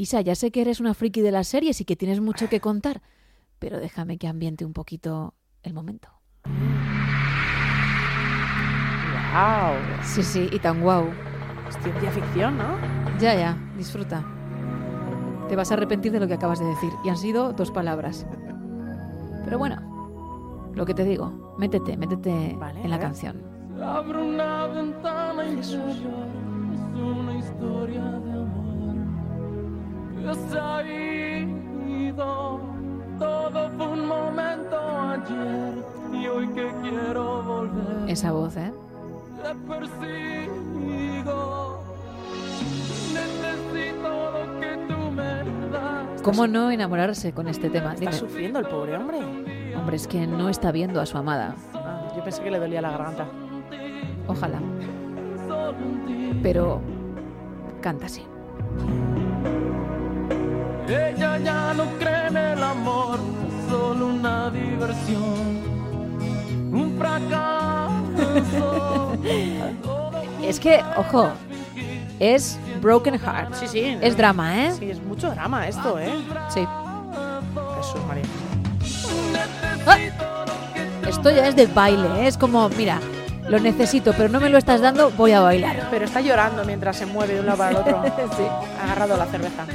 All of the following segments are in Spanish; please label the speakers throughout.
Speaker 1: Isa, ya sé que eres una friki de las series y que tienes mucho que contar, pero déjame que ambiente un poquito el momento.
Speaker 2: ¡Wow!
Speaker 1: Sí, sí, y tan guau.
Speaker 2: Es ciencia ficción, ¿no?
Speaker 1: Ya, ya, disfruta. Te vas a arrepentir de lo que acabas de decir, y han sido dos palabras. Pero bueno, lo que te digo, métete, métete
Speaker 2: Vale,
Speaker 1: en la
Speaker 2: a ver.
Speaker 1: canción.
Speaker 3: Abro una ventana y suyo es una historia de amor que se ha ido. Todo fue un momento ayer y hoy que quiero volver.
Speaker 1: Esa voz, ¿eh?
Speaker 3: Te persigo. Necesito lo que tú me das.
Speaker 1: ¿Cómo no enamorarse con este tema?
Speaker 2: Está
Speaker 1: Dime,
Speaker 2: sufriendo el pobre hombre.
Speaker 1: hombre, es que no está viendo a su amada.
Speaker 2: Ah, yo pensé que le dolía la garganta.
Speaker 1: Ojalá. Pero canta así.
Speaker 3: Ella ya no cree en el amor, es solo una diversión. Un fracaso.
Speaker 1: Es que, ojo, es Broken Heart.
Speaker 2: Sí, sí.
Speaker 1: Es drama, ¿eh?
Speaker 2: Sí, es mucho drama esto, ¿eh?
Speaker 1: Sí.
Speaker 2: Jesús, María.
Speaker 1: Esto ya es de baile, ¿eh? es como, mira, lo necesito, pero no me lo estás dando, voy a bailar.
Speaker 2: Pero está llorando mientras se mueve de un lado para el otro. Agarrado a la cerveza.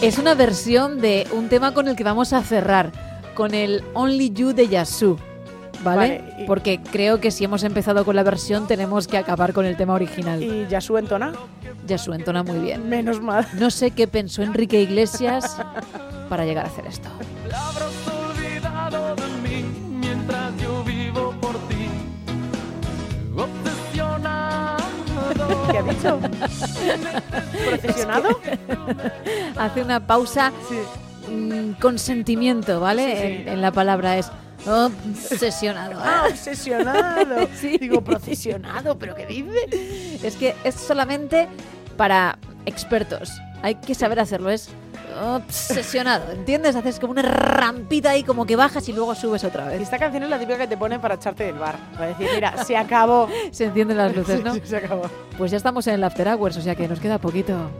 Speaker 1: Es una versión de un tema con el que vamos a cerrar, con el Only You de Yasu. ¿Vale?
Speaker 2: Vale, y-
Speaker 1: Porque creo que si hemos empezado con la versión tenemos que acabar con el tema original.
Speaker 2: Y Yasu entona.
Speaker 1: Yasu entona muy bien.
Speaker 2: Menos mal.
Speaker 1: No sé qué pensó Enrique Iglesias para llegar a hacer esto.
Speaker 3: Te habrás olvidado de mí mientras yo vivo por ti. Obsesionado.
Speaker 2: ¿Qué ha dicho? ¿Procesionado?
Speaker 1: Hace una pausa
Speaker 2: Sí.
Speaker 1: mm, con sentimiento, ¿vale?
Speaker 2: Sí, sí.
Speaker 1: En, en la palabra es oh, obsesionado. ¿eh?
Speaker 2: Ah, obsesionado.
Speaker 1: Sí.
Speaker 2: Digo, procesionado, pero ¿qué dice?
Speaker 1: Es que es solamente para expertos. Hay que saber hacerlo. Es obsesionado. ¿Entiendes? Haces como una rampita ahí, como que bajas y luego subes otra vez.
Speaker 2: Esta canción es la típica que te ponen para echarte del bar. Para decir, mira, se acabó.
Speaker 1: Se encienden las luces, ¿no?
Speaker 2: Sí, se acabó.
Speaker 1: Pues ya estamos en el After Hours, o sea que nos queda poquito.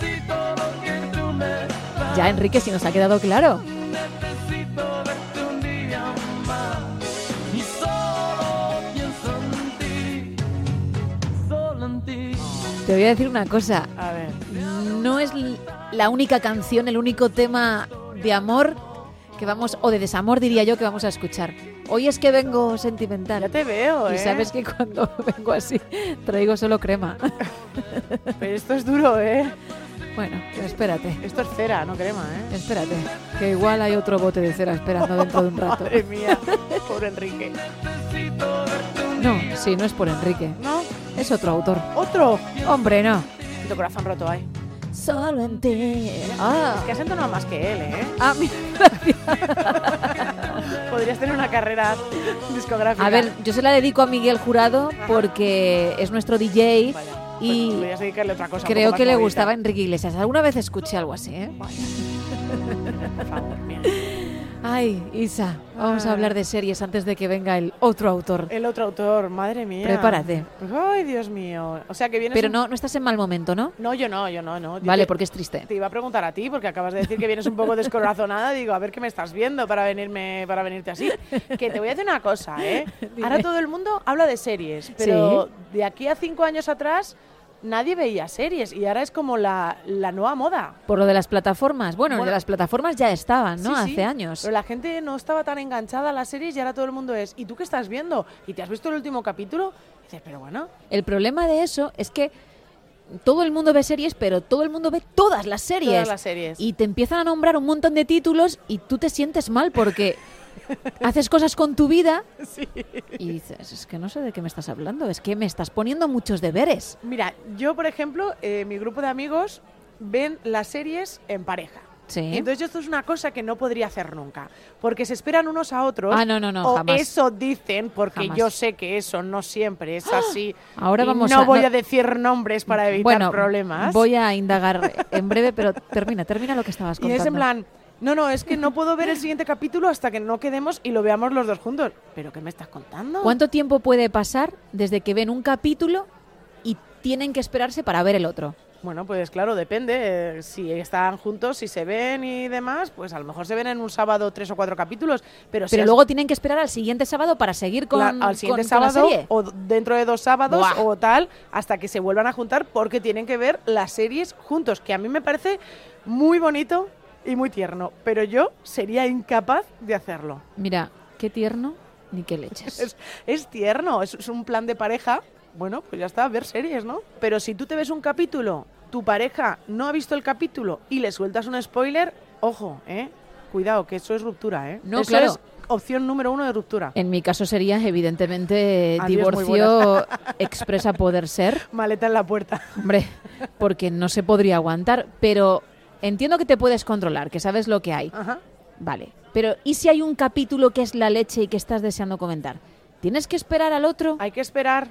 Speaker 3: Necesito lo que tú me das.
Speaker 1: Ya, Enrique, si nos ha quedado claro.
Speaker 3: Necesito verte un día más. Y solo pienso en ti. Solo en ti.
Speaker 1: Te voy a decir una cosa.
Speaker 2: A ver.
Speaker 1: no es l- la única canción, el único tema de amor que vamos, o de desamor diría yo, que vamos a escuchar. Hoy es que vengo
Speaker 2: Ya
Speaker 1: sentimental.
Speaker 2: te veo, ¿eh?
Speaker 1: Y sabes que cuando vengo así traigo solo crema.
Speaker 2: Pero esto es duro, ¿eh?
Speaker 1: Bueno, espérate,
Speaker 2: Esto es cera, no crema, ¿eh?
Speaker 1: espérate, que igual hay otro bote de cera esperando dentro de un rato.
Speaker 2: Madre mía, pobre Enrique.
Speaker 1: No, sí, no es por Enrique,
Speaker 2: ¿No?
Speaker 1: es otro autor.
Speaker 2: ¡Otro!
Speaker 1: Hombre, no.
Speaker 2: Tu corazón roto hay.
Speaker 1: Solo en ti. Ah,
Speaker 2: Es que has entonado más que él, ¿eh?
Speaker 1: ah, mira.
Speaker 2: Podrías tener una carrera discográfica.
Speaker 1: A ver, yo se la dedico a Miguel Jurado porque es nuestro DJ.
Speaker 2: Vaya, pues
Speaker 1: y-
Speaker 2: podrías dedicarle otra cosa. un
Speaker 1: Creo
Speaker 2: poco más
Speaker 1: que le
Speaker 2: movidita.
Speaker 1: gustaba Enrique Iglesias. Alguna vez escuché algo así, ¿eh?
Speaker 2: Por favor, mira.
Speaker 1: Ay, Isa, vamos a
Speaker 2: Ah. Eh,
Speaker 1: hablar de series antes de que venga el otro autor.
Speaker 2: El otro autor, madre mía.
Speaker 1: Prepárate.
Speaker 2: Ay, Dios mío. O sea que vienes.
Speaker 1: Pero
Speaker 2: un-
Speaker 1: no, no estás en mal momento, ¿no?
Speaker 2: No, yo no, yo no, no. Yo
Speaker 1: Vale,
Speaker 2: te,
Speaker 1: porque es triste.
Speaker 2: te iba a preguntar a ti, porque acabas de decir que vienes un poco descorazonada. Digo, a ver qué me estás viendo para venirme, para venirte así. Que te voy a decir una cosa, ¿eh? Ahora
Speaker 1: Dime.
Speaker 2: todo el mundo habla de series, pero de aquí a cinco años atrás nadie veía series y ahora es como la, la nueva moda.
Speaker 1: Por lo de las plataformas. Bueno,
Speaker 2: Bueno.
Speaker 1: de las plataformas ya estaban, ¿no?
Speaker 2: Sí, sí.
Speaker 1: Hace años.
Speaker 2: Pero la gente no estaba tan enganchada a las series y ahora todo el mundo es, ¿y tú qué estás viendo? ¿Y te has visto el último capítulo? Y dices, pero bueno,
Speaker 1: El problema de eso es que todo el mundo ve series, pero todo el mundo ve todas las series.
Speaker 2: todas las series.
Speaker 1: Y te empiezan a nombrar un montón de títulos y tú te sientes mal porque haces cosas con tu vida y dices, es que no sé de qué me estás hablando, es que me estás poniendo muchos deberes.
Speaker 2: Mira, yo por ejemplo, eh, mi grupo de amigos ven las series en pareja.
Speaker 1: Sí.
Speaker 2: Y entonces yo esto es una cosa que no podría hacer nunca, porque se esperan unos a otros.
Speaker 1: Ah, no, no, no,
Speaker 2: o
Speaker 1: jamás.
Speaker 2: Eso dicen, porque
Speaker 1: Jamás. ¡Ah!
Speaker 2: yo sé que eso no siempre es así.
Speaker 1: Ahora
Speaker 2: y
Speaker 1: vamos
Speaker 2: no
Speaker 1: a-
Speaker 2: voy
Speaker 1: no-
Speaker 2: a decir nombres para evitar
Speaker 1: bueno,
Speaker 2: problemas.
Speaker 1: Voy a indagar en breve, pero termina, termina lo que estabas
Speaker 2: Y
Speaker 1: contando.
Speaker 2: es en plan, no, no, es que no puedo ver el siguiente capítulo hasta que no quedemos y lo veamos los dos "Ah". juntos. ¿Pero qué me estás contando?
Speaker 1: ¿Cuánto tiempo puede pasar desde que ven un capítulo y tienen que esperarse para ver el otro.
Speaker 2: Bueno, pues claro, depende. eh, Si están juntos, si se ven y demás, pues a lo mejor se ven en un sábado tres o cuatro capítulos. Pero, si
Speaker 1: Pero
Speaker 2: has-
Speaker 1: luego tienen que esperar al siguiente sábado para seguir con,
Speaker 2: la- al siguiente
Speaker 1: con- con la
Speaker 2: sábado
Speaker 1: serie.
Speaker 2: o d- dentro de dos sábados
Speaker 1: Buah.
Speaker 2: o tal, hasta que se vuelvan a juntar porque tienen que ver las series juntos, que a mí me parece muy bonito y muy tierno. Pero yo sería incapaz de hacerlo.
Speaker 1: Mira, qué tierno ni qué leches.
Speaker 2: Es, es tierno, es, es un plan de pareja. Bueno, pues ya está, ver series, ¿no? Pero si tú te ves un capítulo, tu pareja no ha visto el capítulo y le sueltas un spoiler, ojo, ¿eh? Cuidado, que eso es ruptura, ¿eh?
Speaker 1: No,
Speaker 2: Eso
Speaker 1: claro.
Speaker 2: es opción número uno de ruptura.
Speaker 1: En mi caso sería, evidentemente,
Speaker 2: Adiós, muy
Speaker 1: divorcio expresa poder ser.
Speaker 2: Maleta en la puerta.
Speaker 1: Hombre, porque no se podría aguantar, pero entiendo que te puedes controlar, que sabes lo que hay.
Speaker 2: Ajá.
Speaker 1: Vale, pero ¿y si hay un capítulo que es la leche y que estás deseando comentar? ¿Tienes que esperar al otro?
Speaker 2: Hay que esperar.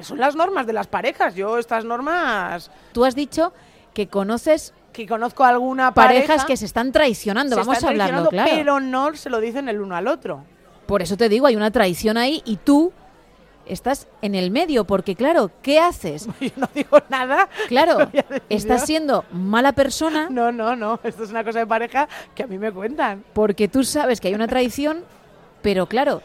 Speaker 2: Son las normas de las parejas. Yo estas normas
Speaker 1: Tú has dicho que conoces
Speaker 2: que conozco alguna
Speaker 1: parejas
Speaker 2: pareja
Speaker 1: que se están traicionando,
Speaker 2: se
Speaker 1: vamos
Speaker 2: están
Speaker 1: a hablarlo,
Speaker 2: traicionando,
Speaker 1: claro.
Speaker 2: Pero no se lo dicen el uno al otro.
Speaker 1: Por eso te digo, hay una traición ahí y tú estás en el medio, porque claro, ¿qué haces?
Speaker 2: Yo no digo nada.
Speaker 1: Claro,
Speaker 2: Ya decidió.
Speaker 1: estás siendo mala persona
Speaker 2: No, no, no. Esto es una cosa de pareja que a mí me cuentan.
Speaker 1: porque tú sabes que hay una traición, pero claro,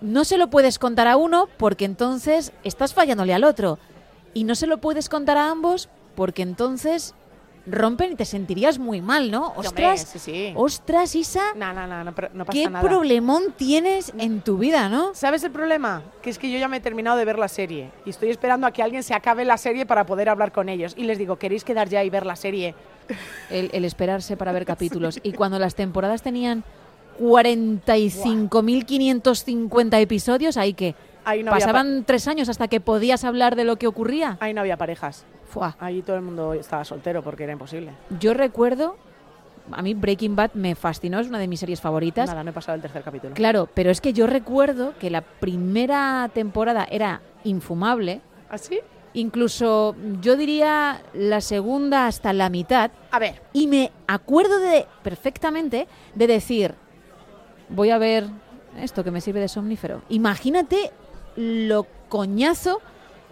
Speaker 1: no se lo puedes contar a uno porque entonces estás fallándole al otro. Y no se lo puedes contar a ambos porque entonces rompen y te sentirías muy mal, ¿no? Ostras,
Speaker 2: Sí, sí.
Speaker 1: ostras, Isa,
Speaker 2: No, no, no, no, pero no pasa
Speaker 1: qué
Speaker 2: nada.
Speaker 1: problemón tienes en tu vida, ¿no?
Speaker 2: ¿Sabes el problema? Que es que yo ya me he terminado de ver la serie y estoy esperando a que alguien se acabe la serie para poder hablar con ellos. Y les digo, ¿queréis quedar ya y ver la serie?
Speaker 1: El, el esperarse para ver capítulos. Y cuando las temporadas tenían 45.550 episodios, ahí que
Speaker 2: Ahí no, había, pa-
Speaker 1: pasaban tres años hasta que podías hablar de lo que ocurría.
Speaker 2: ahí no había parejas.
Speaker 1: Fuá.
Speaker 2: Ahí todo el mundo estaba soltero porque era imposible.
Speaker 1: Yo recuerdo, a mí Breaking Bad me fascinó, es una de mis series favoritas.
Speaker 2: Nada, no he pasado el tercer capítulo.
Speaker 1: Claro, pero es que yo recuerdo que la primera temporada era infumable,
Speaker 2: ¿Así?
Speaker 1: incluso yo diría la segunda hasta la mitad,
Speaker 2: A ver,
Speaker 1: y me acuerdo de perfectamente de decir, voy a ver esto que me sirve de somnífero. Imagínate lo coñazo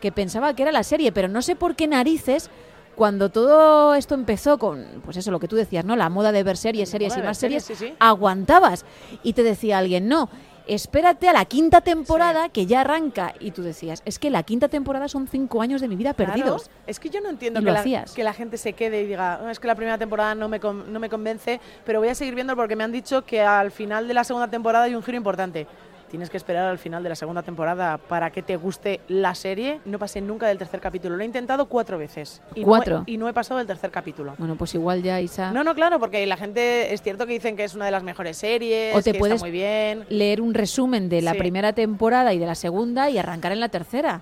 Speaker 1: que pensaba que era la serie, pero no sé por qué narices cuando todo esto empezó con, pues eso, lo que tú decías, ¿no? La moda de ver series,
Speaker 2: La
Speaker 1: series
Speaker 2: moda
Speaker 1: y
Speaker 2: de
Speaker 1: más
Speaker 2: ver series,
Speaker 1: series, ah,
Speaker 2: sí, sí.
Speaker 1: aguantabas. Y te decía alguien, no, espérate a la quinta temporada que ya arranca. Y tú decías, es que la quinta temporada son cinco años de mi vida
Speaker 2: claro,
Speaker 1: perdidos.
Speaker 2: Es que yo no entiendo
Speaker 1: Y
Speaker 2: que
Speaker 1: lo
Speaker 2: la,
Speaker 1: hacías.
Speaker 2: que la gente se quede y diga, "Ah, es que la primera temporada no me, con- no me convence, pero voy a seguir viendo porque me han dicho que al final de la segunda temporada hay un giro importante. Tienes que esperar al final de la segunda temporada para que te guste la serie. No pasé nunca del tercer capítulo. Lo he intentado cuatro veces. Y no he-
Speaker 1: ¿Cuatro?
Speaker 2: y no he pasado del tercer capítulo.
Speaker 1: Bueno, pues igual ya, Isa.
Speaker 2: No, no, claro, porque la gente es cierto que dicen que es una de las mejores series,
Speaker 1: O te
Speaker 2: que
Speaker 1: puedes-
Speaker 2: está muy bien.
Speaker 1: leer un resumen de la
Speaker 2: Sí.
Speaker 1: primera temporada y de la segunda y arrancar en la tercera.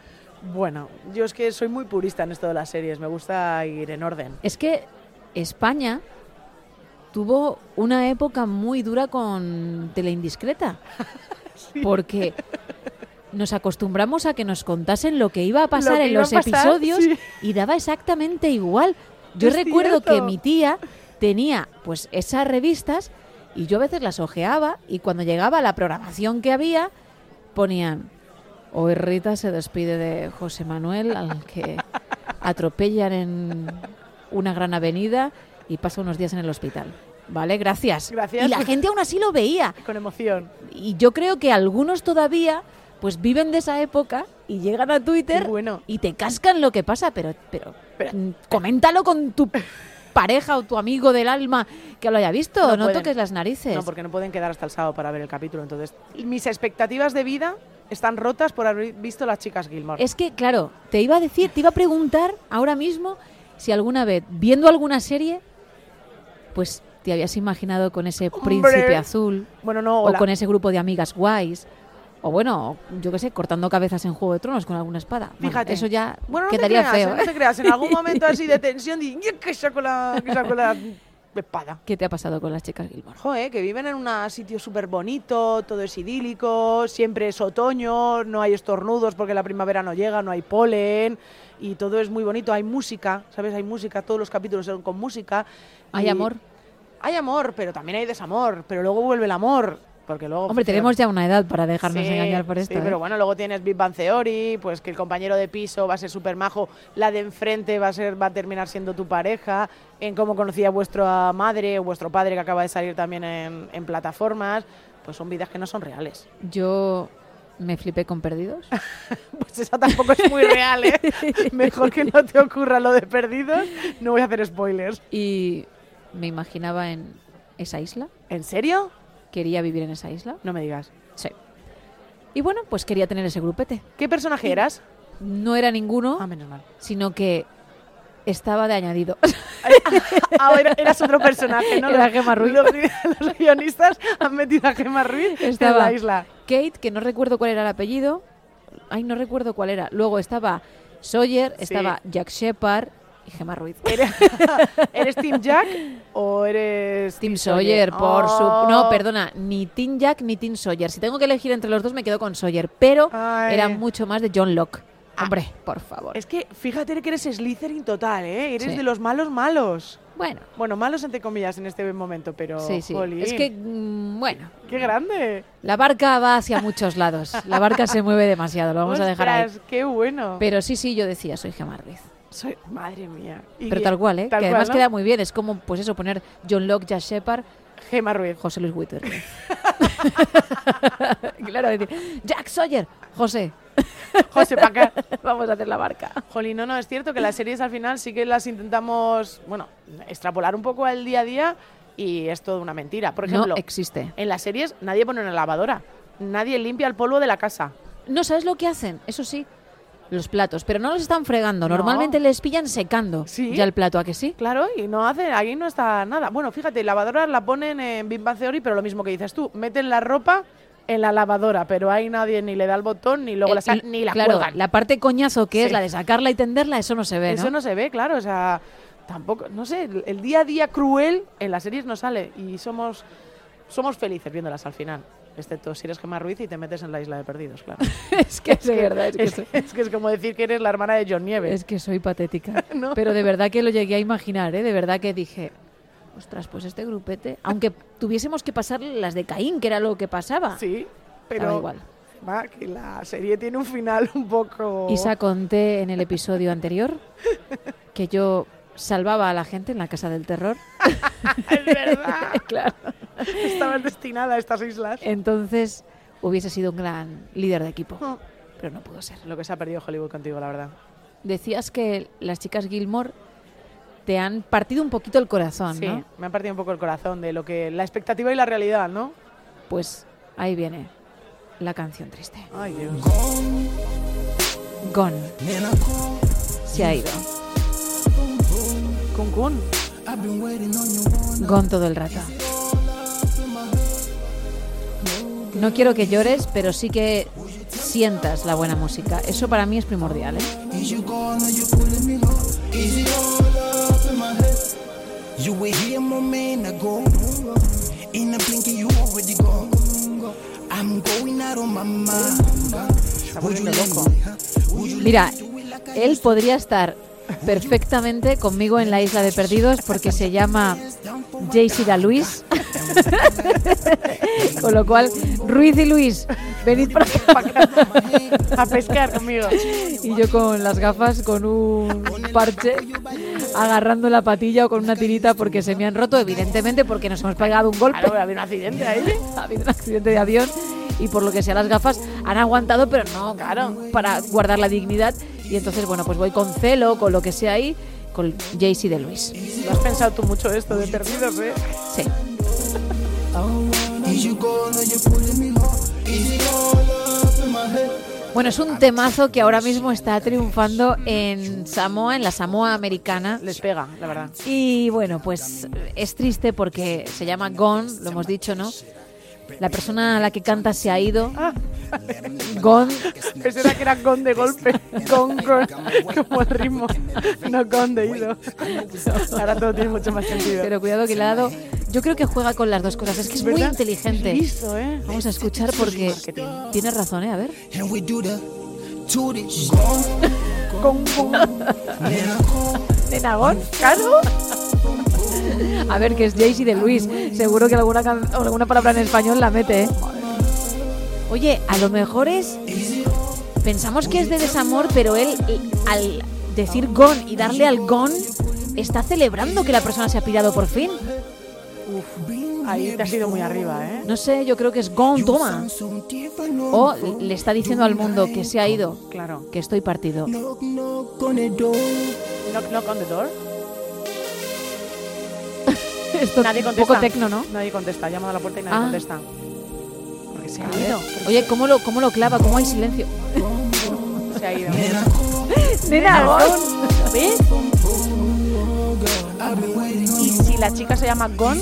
Speaker 2: Bueno, yo es que soy muy purista en esto de las series, me gusta ir en orden.
Speaker 1: Es que España tuvo una época muy dura con Tele Indiscreta. Porque nos acostumbramos a que nos contasen lo que iba a pasar
Speaker 2: que
Speaker 1: en
Speaker 2: iba a
Speaker 1: los
Speaker 2: pasar,
Speaker 1: episodios
Speaker 2: sí.
Speaker 1: y daba exactamente igual. Yo
Speaker 2: Es
Speaker 1: recuerdo que
Speaker 2: cierto.
Speaker 1: mi tía tenía pues esas revistas y yo a veces las ojeaba y cuando llegaba la programación que había ponían hoy Rita se despide de José Manuel al que atropellan en una gran avenida y pasa unos días en el hospital. Vale, gracias.
Speaker 2: Gracias.
Speaker 1: Y la gente aún así lo veía
Speaker 2: Con emoción.
Speaker 1: y yo creo que algunos todavía pues viven de esa época y llegan a Twitter
Speaker 2: Qué bueno.
Speaker 1: y te cascan lo que pasa, pero, pero,
Speaker 2: Pero-
Speaker 1: mm, coméntalo con tu pareja o tu amigo del alma que lo haya visto, no,
Speaker 2: No pueden.
Speaker 1: toques las narices.
Speaker 2: No, porque no pueden quedar hasta el sábado para ver el capítulo. Entonces, y mis expectativas de vida están rotas por haber visto las chicas Gilmore.
Speaker 1: Es que, claro, te iba a decir, te iba a preguntar ahora mismo si alguna vez, viendo alguna serie, pues te habías imaginado con ese
Speaker 2: Hombre.
Speaker 1: príncipe azul
Speaker 2: Bueno, no,
Speaker 1: o
Speaker 2: la-
Speaker 1: con ese grupo de amigas guays. O bueno, yo qué sé, cortando cabezas en Juego de Tronos con alguna espada. Bueno,
Speaker 2: Fíjate.
Speaker 1: eso ya
Speaker 2: Bueno, no
Speaker 1: quedaría
Speaker 2: te creas,
Speaker 1: feo.
Speaker 2: ¿eh?
Speaker 1: ¿eh?
Speaker 2: No te creas, en algún momento así de tensión, di, "Ñe, que saco la, que saco la espada.
Speaker 1: ¿Qué te ha pasado con las chicas Gilmore?
Speaker 2: Joder, ¿eh? que viven en un sitio súper bonito, todo es idílico, siempre es otoño, no hay estornudos porque la primavera no llega, no hay polen y todo es muy bonito. Hay música, ¿sabes? Hay música, todos los capítulos son con música.
Speaker 1: Hay
Speaker 2: y-
Speaker 1: amor.
Speaker 2: Hay amor, pero también hay desamor, pero luego vuelve el amor. porque luego...
Speaker 1: Hombre,
Speaker 2: funciona.
Speaker 1: tenemos ya una edad para dejarnos
Speaker 2: oh, Sí,
Speaker 1: engañar por
Speaker 2: sí,
Speaker 1: esto. ¿eh?
Speaker 2: pero bueno, luego tienes Big Bang Theory, pues que el compañero de piso va a ser súper majo, la de enfrente va a ser va a terminar siendo tu pareja, en cómo conocía vuestra madre o vuestro padre que acaba de salir también en, en plataformas, pues son vidas que no son reales.
Speaker 1: Yo me flipé con perdidos.
Speaker 2: Pues esa tampoco es muy real, ¿eh? Mejor que no te ocurra lo de perdidos, no voy a hacer spoilers.
Speaker 1: Y me imaginaba en esa isla.
Speaker 2: ¿En serio?
Speaker 1: Quería vivir en esa isla.
Speaker 2: No me digas.
Speaker 1: Sí. Y bueno, pues quería tener ese grupete.
Speaker 2: ¿Qué personaje eras?
Speaker 1: No era
Speaker 2: Ah,
Speaker 1: ninguno,
Speaker 2: menos mal.
Speaker 1: sino que estaba de añadido.
Speaker 2: Ah, era- eras otro personaje, ¿no?
Speaker 1: Era
Speaker 2: Los-
Speaker 1: Gemma Ruiz.
Speaker 2: Los, los guionistas han metido a Gemma Ruiz en
Speaker 1: Estaba-
Speaker 2: la isla.
Speaker 1: Kate, que no recuerdo cuál era el apellido. Ay, no recuerdo cuál era. Luego estaba Sawyer,
Speaker 2: Sí.
Speaker 1: estaba Jack Shepard y Gemma Ruiz.
Speaker 2: ¿Eres, ¿eres Team Jack o eres
Speaker 1: Tim Sawyer, por su...
Speaker 2: Oh.
Speaker 1: No, perdona, ni Tim Jack ni Tim Sawyer. Si tengo que elegir entre los dos, me quedo con Sawyer, pero
Speaker 2: Ay. Ah.
Speaker 1: era mucho más de John Locke. Hombre, por favor.
Speaker 2: Es que fíjate que eres Slytherin total, ¿eh? Eres
Speaker 1: Sí.
Speaker 2: de los malos malos.
Speaker 1: Bueno,
Speaker 2: Bueno, malos entre comillas en este momento, pero
Speaker 1: sí, sí.
Speaker 2: jolín,
Speaker 1: Es que, mm, bueno,
Speaker 2: qué grande.
Speaker 1: la barca va hacia muchos lados. La barca se mueve demasiado, lo vamos a dejar ahí.
Speaker 2: Ostras, qué bueno.
Speaker 1: Pero sí, sí, yo decía, soy Gemma Ruiz.
Speaker 2: Soy- madre mía. Y-
Speaker 1: Pero tal cual, ¿eh?
Speaker 2: tal
Speaker 1: que
Speaker 2: cual,
Speaker 1: además
Speaker 2: ¿no?
Speaker 1: queda muy bien. Es como, pues eso, poner John Locke, Jack Shepard,
Speaker 2: Gemma Ruiz.
Speaker 1: José Luis Witter. claro, decir, Jack Sawyer, José,
Speaker 2: José Paca.
Speaker 1: vamos a hacer la barca.
Speaker 2: Jolín, no, no, es cierto que las series al final sí que las intentamos, bueno, extrapolar un poco al día a día y es toda una mentira. Por ejemplo,
Speaker 1: no existe.
Speaker 2: En las series nadie pone una lavadora, nadie limpia el polvo de la casa.
Speaker 1: No, ¿sabes lo que hacen? Eso sí, los platos. Pero no los están fregando.
Speaker 2: No.
Speaker 1: Normalmente les pillan secando
Speaker 2: Sí.
Speaker 1: ya el plato, ¿a que sí?
Speaker 2: Claro, y no hacen, ahí no está nada. Bueno, fíjate, lavadoras la ponen en Big Bang Theory, pero lo mismo que dices tú, meten la ropa en la lavadora, pero ahí nadie ni le da el botón, ni luego
Speaker 1: El-
Speaker 2: la sacan,
Speaker 1: el-
Speaker 2: ni la
Speaker 1: Eh, Claro,
Speaker 2: cuelgan.
Speaker 1: la parte coñazo que es
Speaker 2: Sí.
Speaker 1: la de sacarla y tenderla, eso no se ve,
Speaker 2: Eso
Speaker 1: ¿no?
Speaker 2: no se ve, claro, o sea, tampoco, no sé, el, el día a día cruel en las series no sale y somos, somos felices viéndolas al final. Excepto si eres Gemma Ruiz y te metes en la isla de perdidos, claro.
Speaker 1: es que es de verdad, es que,
Speaker 2: es,
Speaker 1: soy,
Speaker 2: es que es como decir que eres la hermana de John Nieves.
Speaker 1: es que soy patética.
Speaker 2: No.
Speaker 1: Pero de verdad que lo llegué a imaginar, ¿eh? De verdad que dije, ostras, pues este grupete, aunque tuviésemos que pasar las de Caín, que era lo que pasaba,
Speaker 2: Sí, pero
Speaker 1: daba igual.
Speaker 2: Va, que la serie tiene un final un poco.
Speaker 1: Isa conté en el episodio anterior que yo salvaba a la gente en la casa del terror.
Speaker 2: es verdad.
Speaker 1: claro.
Speaker 2: Estabas destinada a estas islas.
Speaker 1: Eh. Entonces hubiese sido un gran líder de equipo,
Speaker 2: Mm.
Speaker 1: pero no pudo ser.
Speaker 2: Lo que se ha perdido Hollywood contigo, la verdad.
Speaker 1: Decías que las chicas Gilmore te han partido un poquito el corazón,
Speaker 2: Sí,
Speaker 1: Ah, ¿no?
Speaker 2: me han partido un poco el corazón de lo que la expectativa y la realidad, ¿no?
Speaker 1: Pues ahí viene la canción triste.
Speaker 2: Ay, Dios.
Speaker 1: Gone. Se ha ido.
Speaker 2: Kun Kun.
Speaker 1: Gone todo el rato. No quiero que llores, pero sí que sientas la buena música. Eso para mí es primordial, ¿eh?
Speaker 4: You were here a moment ago. In a blinking, you already gone. I'm going out on my mind. Would you let me? huh? Would you
Speaker 1: Mira, él podría estar perfectamente conmigo en la isla de perdidos porque se llama JC da Luis. Con lo cual, Ruiz y Luis, venid para acá.
Speaker 2: A pescar conmigo.
Speaker 1: Y yo con las gafas, con un parche, agarrando la patilla o con una tirita porque se me han roto, evidentemente porque nos hemos pegado un golpe.
Speaker 2: Claro, había un accidente ahí.
Speaker 1: Ha habido un accidente de avión y por lo que sea las gafas han aguantado, pero no, claro, para guardar la dignidad. Y entonces, bueno, pues voy con celo, con lo que sea ahí, con Jaycee de Luis.
Speaker 2: No has pensado tú mucho esto de perdidos, ¿eh?
Speaker 1: Sí.
Speaker 4: Is you gone or you pulling me low? Is it all up in my head?
Speaker 1: Bueno, es un temazo que ahora mismo está triunfando en Samoa, en la Samoa americana.
Speaker 2: Les pega, la verdad.
Speaker 1: Y bueno, pues es triste porque se llama Gone, lo hemos dicho, ¿no? La persona a la que canta se ha ido. Gone
Speaker 2: Pensé que era con de golpe. Con, con. Como el ritmo. No con de hilo. Ahora todo tiene mucho más sentido.
Speaker 1: Pero cuidado que le ha dado. Yo creo que juega con las dos cosas. Es que es muy
Speaker 2: ¿Verdad?
Speaker 1: inteligente.
Speaker 2: Listo, ¿eh?
Speaker 1: Vamos a escuchar porque tiene razón, ¿eh? A ver.
Speaker 4: And we do the to the gone.
Speaker 2: Con, con.
Speaker 4: Then I go.
Speaker 2: ¿Nena Gon? ¿Claro?
Speaker 1: A ver, que es Jaycee de Luis. Seguro que alguna, can- alguna palabra en español la mete, ¿eh? Oye, a lo mejor es. Pensamos que es de desamor, pero él, eh, al decir gon y darle al gon, está celebrando que la persona se ha pirado por fin.
Speaker 2: Ahí te has ido muy arriba, ¿eh?
Speaker 1: No sé, yo creo que es gon, toma. ¿eh? O le está diciendo al mundo que se ha ido,
Speaker 2: Claro.
Speaker 1: que estoy partido.
Speaker 4: Knock, knock on the door.
Speaker 2: Knock, knock on the door.
Speaker 1: Esto
Speaker 2: Nadie
Speaker 1: un
Speaker 2: contesta.
Speaker 1: poco tecno, ¿no?
Speaker 2: Nadie contesta. Ha llamado a la puerta y nadie
Speaker 1: Ah.
Speaker 2: contesta. Porque se ha
Speaker 1: A ver.
Speaker 2: ido.
Speaker 1: Oye, ¿cómo lo, ¿cómo lo clava? ¿Cómo hay silencio?
Speaker 2: Se ha ido.
Speaker 1: Nena, gon.
Speaker 2: ¿Ves? Y si la chica se llama Gon,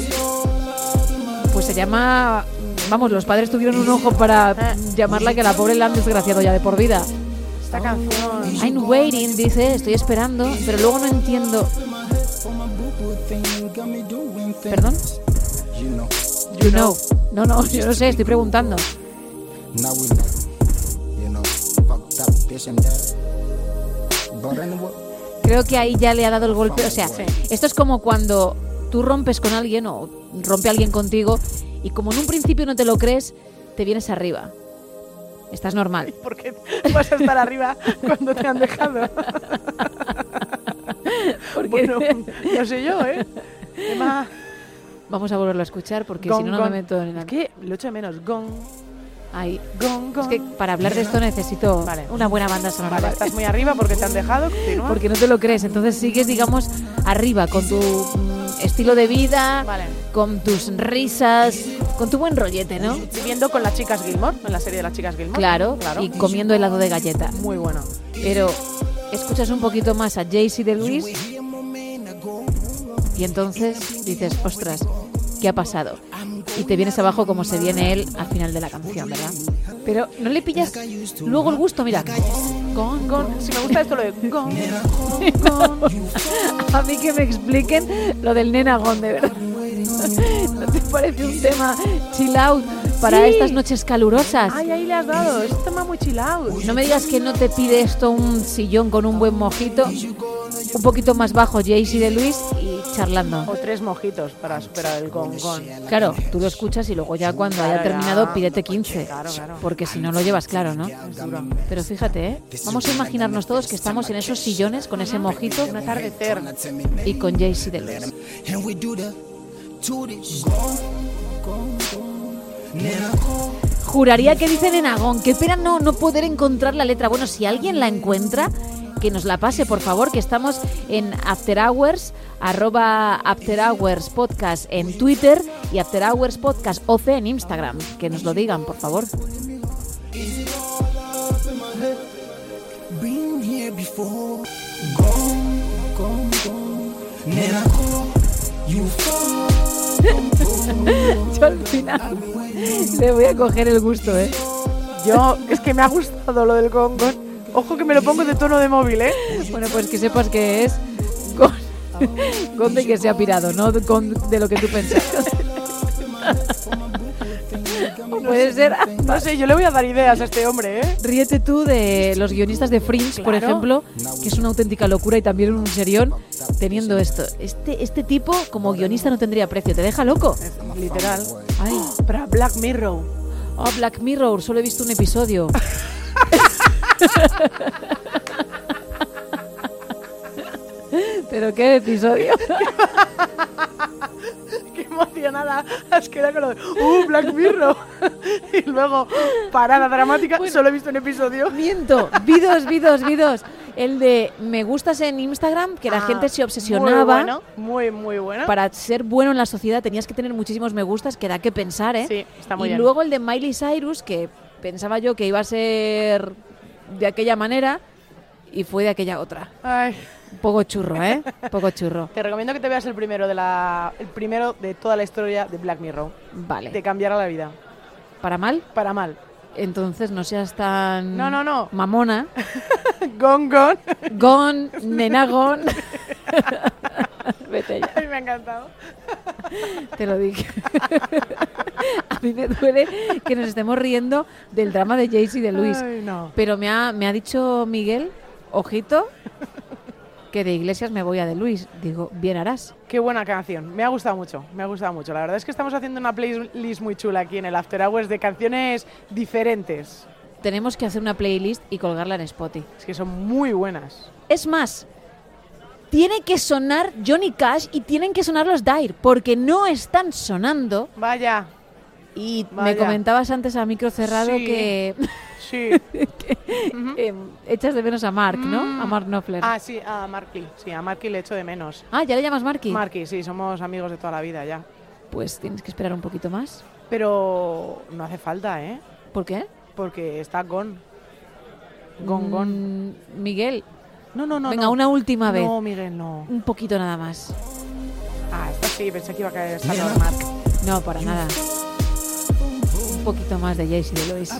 Speaker 1: Pues se llama. Vamos, los padres tuvieron un ojo para
Speaker 2: Ah.
Speaker 1: llamarla que a la pobre la han desgraciado ya de por vida.
Speaker 2: esta canción.
Speaker 1: I'm waiting, dice, estoy esperando, pero luego no entiendo. Perdón.
Speaker 4: You know,
Speaker 1: You know. No, no, yo no sé, estoy preguntando.
Speaker 4: now we know. You know, fucked up this and that. But anyway,
Speaker 1: Creo que ahí ya le ha dado el golpe. O sea,
Speaker 4: Sí.
Speaker 1: esto es como cuando tú rompes con alguien o rompe alguien contigo y como en un principio no te lo crees, te vienes arriba. Estás normal.
Speaker 2: ¿Por qué vas a estar arriba cuando te han dejado?
Speaker 1: Porque-
Speaker 2: Bueno, no sé yo, ¿eh? Emma,
Speaker 1: Vamos a volverlo a escuchar porque si
Speaker 2: Gon,
Speaker 1: no, no
Speaker 2: Gon.
Speaker 1: me meto en
Speaker 2: Es
Speaker 1: la...
Speaker 2: que lo echo de menos. Gon,
Speaker 1: Ahí.
Speaker 2: Gon, Gon.
Speaker 1: Es que para hablar de esto necesito
Speaker 2: Vale.
Speaker 1: una buena banda sonora.
Speaker 2: Vale, estás muy arriba porque te han dejado. Continúa.
Speaker 1: Porque no te lo crees. Entonces sigues, digamos, arriba con tu mm, estilo de vida,
Speaker 2: Vale.
Speaker 1: con tus risas, con tu buen rollete, ¿no?
Speaker 2: Viviendo con las chicas Gilmore, en la serie de las chicas Gilmore.
Speaker 1: Claro, y comiendo helado de galleta.
Speaker 2: Muy bueno.
Speaker 1: Pero escuchas un poquito más a Jaycee de Luis y entonces dices, ostras, ¿qué ha pasado? Y te vienes abajo como se viene él al final de la canción, ¿verdad? Pero no le pillas luego el gusto, mira. Con, con,
Speaker 2: Gon, si me gusta esto lo de Gon, Gon.
Speaker 1: A mí que me expliquen lo del nenagón, de verdad. ¿No te parece un tema chill out para
Speaker 2: Sí.
Speaker 1: estas noches calurosas?
Speaker 2: Ay, ahí le has dado. Es un tema muy chill out.
Speaker 1: No me digas que no te pide esto un sillón con un buen mojito, un poquito más bajo Jaycee de Luis y charlando.
Speaker 2: O tres mojitos para superar el Gon, Gon.
Speaker 1: Claro, tú lo escuchas y luego ya cuando haya
Speaker 2: Claro,
Speaker 1: terminado
Speaker 2: ya.
Speaker 1: pídete 15,
Speaker 2: Claro, claro.
Speaker 1: porque si no lo llevas claro, ¿no? Pero fíjate, ¿eh? vamos a imaginarnos todos que estamos en esos sillones con ese mojito
Speaker 2: Un atardecer.
Speaker 1: y con Jaycee de Luis.
Speaker 4: and we do the to this.
Speaker 1: Juraría que dice Nenagón. Qué pena no, no poder encontrar la letra. Bueno, si alguien la encuentra, que nos la pase, por favor, que estamos en After Hours, arroba After Hours Podcast en Twitter y After Hours Podcast OC en Instagram. Que nos lo digan, por favor.
Speaker 4: Been here before. Gone, gone, gone. Nena, you fall.
Speaker 1: Yo al final le voy a coger el gusto, ¿eh?
Speaker 2: Yo, es que me ha gustado lo del Gon, Gon. Ojo que me lo pongo de tono de móvil, ¿eh?
Speaker 1: Bueno, pues que sepas que es con, con de que se ha pirado, no con de lo que tú pensabas. O puede ser
Speaker 2: No sé, yo le voy a dar ideas a este hombre, ¿eh?
Speaker 1: Ríete tú de los guionistas de Fringe, por
Speaker 2: Claro.
Speaker 1: ejemplo, que es una auténtica locura y también un serión teniendo esto. Este, este tipo como guionista no tendría precio, te deja loco.
Speaker 2: Literal.
Speaker 1: Ay,
Speaker 2: Para Black Mirror.
Speaker 1: oh, Black Mirror, solo he visto un episodio. Pero qué episodio.
Speaker 2: Qué emocionada. Es que era con lo de, ¡Uh, Black Mirror! y luego, parada dramática. Solo he visto un episodio.
Speaker 1: Miento, vi dos, vi dos, vi dos. El de me gustas en Instagram, que la
Speaker 2: Ah,
Speaker 1: gente se obsesionaba.
Speaker 2: Muy bueno, muy, muy bueno.
Speaker 1: para ser bueno en la sociedad tenías que tener muchísimos me gustas, que da que pensar, ¿eh?
Speaker 2: Sí, está muy
Speaker 1: y
Speaker 2: bien.
Speaker 1: luego el de Miley Cyrus, que pensaba yo que iba a ser de aquella manera y fue de aquella otra.
Speaker 2: Ay,
Speaker 1: Un poco churro, ¿eh? Un poco churro.
Speaker 2: te recomiendo que te veas el primero de la, el primero de toda la historia de Black Mirror. Te
Speaker 1: Vale.
Speaker 2: cambiará la vida.
Speaker 1: ¿Para mal?
Speaker 2: Para mal.
Speaker 1: Entonces no seas tan...
Speaker 2: No, no, no.
Speaker 1: Mamona.
Speaker 2: Gon, Gon.
Speaker 1: Gon, nenagón. Vete ya,
Speaker 2: Ay, me ha encantado.
Speaker 1: te lo dije. a mí me duele que nos estemos riendo del drama de Jaycee y de Luis.
Speaker 2: Ay, no.
Speaker 1: Pero me ha, me ha dicho Miguel, ojito, que de Iglesias me voy a de Luis. Digo, bien harás.
Speaker 2: Qué buena canción. Me ha gustado mucho, me ha gustado mucho. La verdad es que estamos haciendo una playlist muy chula aquí en el After Hours de canciones diferentes.
Speaker 1: Tenemos que hacer una playlist y colgarla en Spotify.
Speaker 2: Es que son muy buenas.
Speaker 1: Es más, tiene que sonar Johnny Cash y tienen que sonar los Dire, porque no están sonando.
Speaker 2: Vaya.
Speaker 1: Y me
Speaker 2: Vaya.
Speaker 1: comentabas antes a micro cerrado
Speaker 2: Sí.
Speaker 1: que,
Speaker 2: Sí. Ujú.
Speaker 1: eh, echas de menos a Mark, ¿no?
Speaker 2: Mm.
Speaker 1: A Mark Knopfler. Ah,
Speaker 2: Ah, sí, a Marky. Sí, a Marky le echo de menos.
Speaker 1: ya le llamas Marky.
Speaker 2: Marky, sí, somos amigos de toda la vida ya.
Speaker 1: Pues tienes que esperar un poquito más.
Speaker 2: Pero no hace falta, ¿eh?
Speaker 1: ¿Por qué?
Speaker 2: Porque está gone. Gone, gone.
Speaker 1: Mm, Miguel,
Speaker 2: No, no, no.
Speaker 1: venga,
Speaker 2: no.
Speaker 1: una última vez.
Speaker 2: No, Miguel, no.
Speaker 1: Un poquito nada más.
Speaker 2: Ah, esta sí, pensé que iba a caer esta normal.
Speaker 1: No, para nada. Un poquito más de Jayce y de Lois.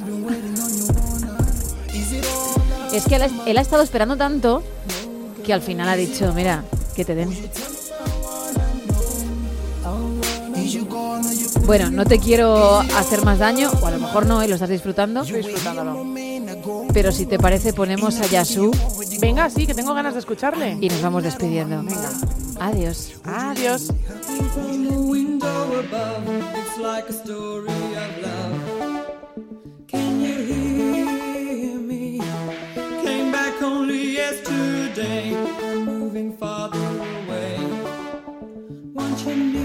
Speaker 1: Es que él ha, él ha estado esperando tanto que al final ha dicho, mira, que te den. Bueno, no te quiero hacer más daño, o a lo mejor no, y lo estás disfrutando.
Speaker 2: Estoy disfrutándolo.
Speaker 1: Pero si te parece, ponemos a Yasu
Speaker 2: Venga, sí, que tengo ganas de escucharle.
Speaker 1: y nos vamos despidiendo. Adiós.
Speaker 2: Adiós.
Speaker 3: Hanging from the window above. It's like a story of love. Can you hear me? Came back only yesterday. Moving farther away. Won't you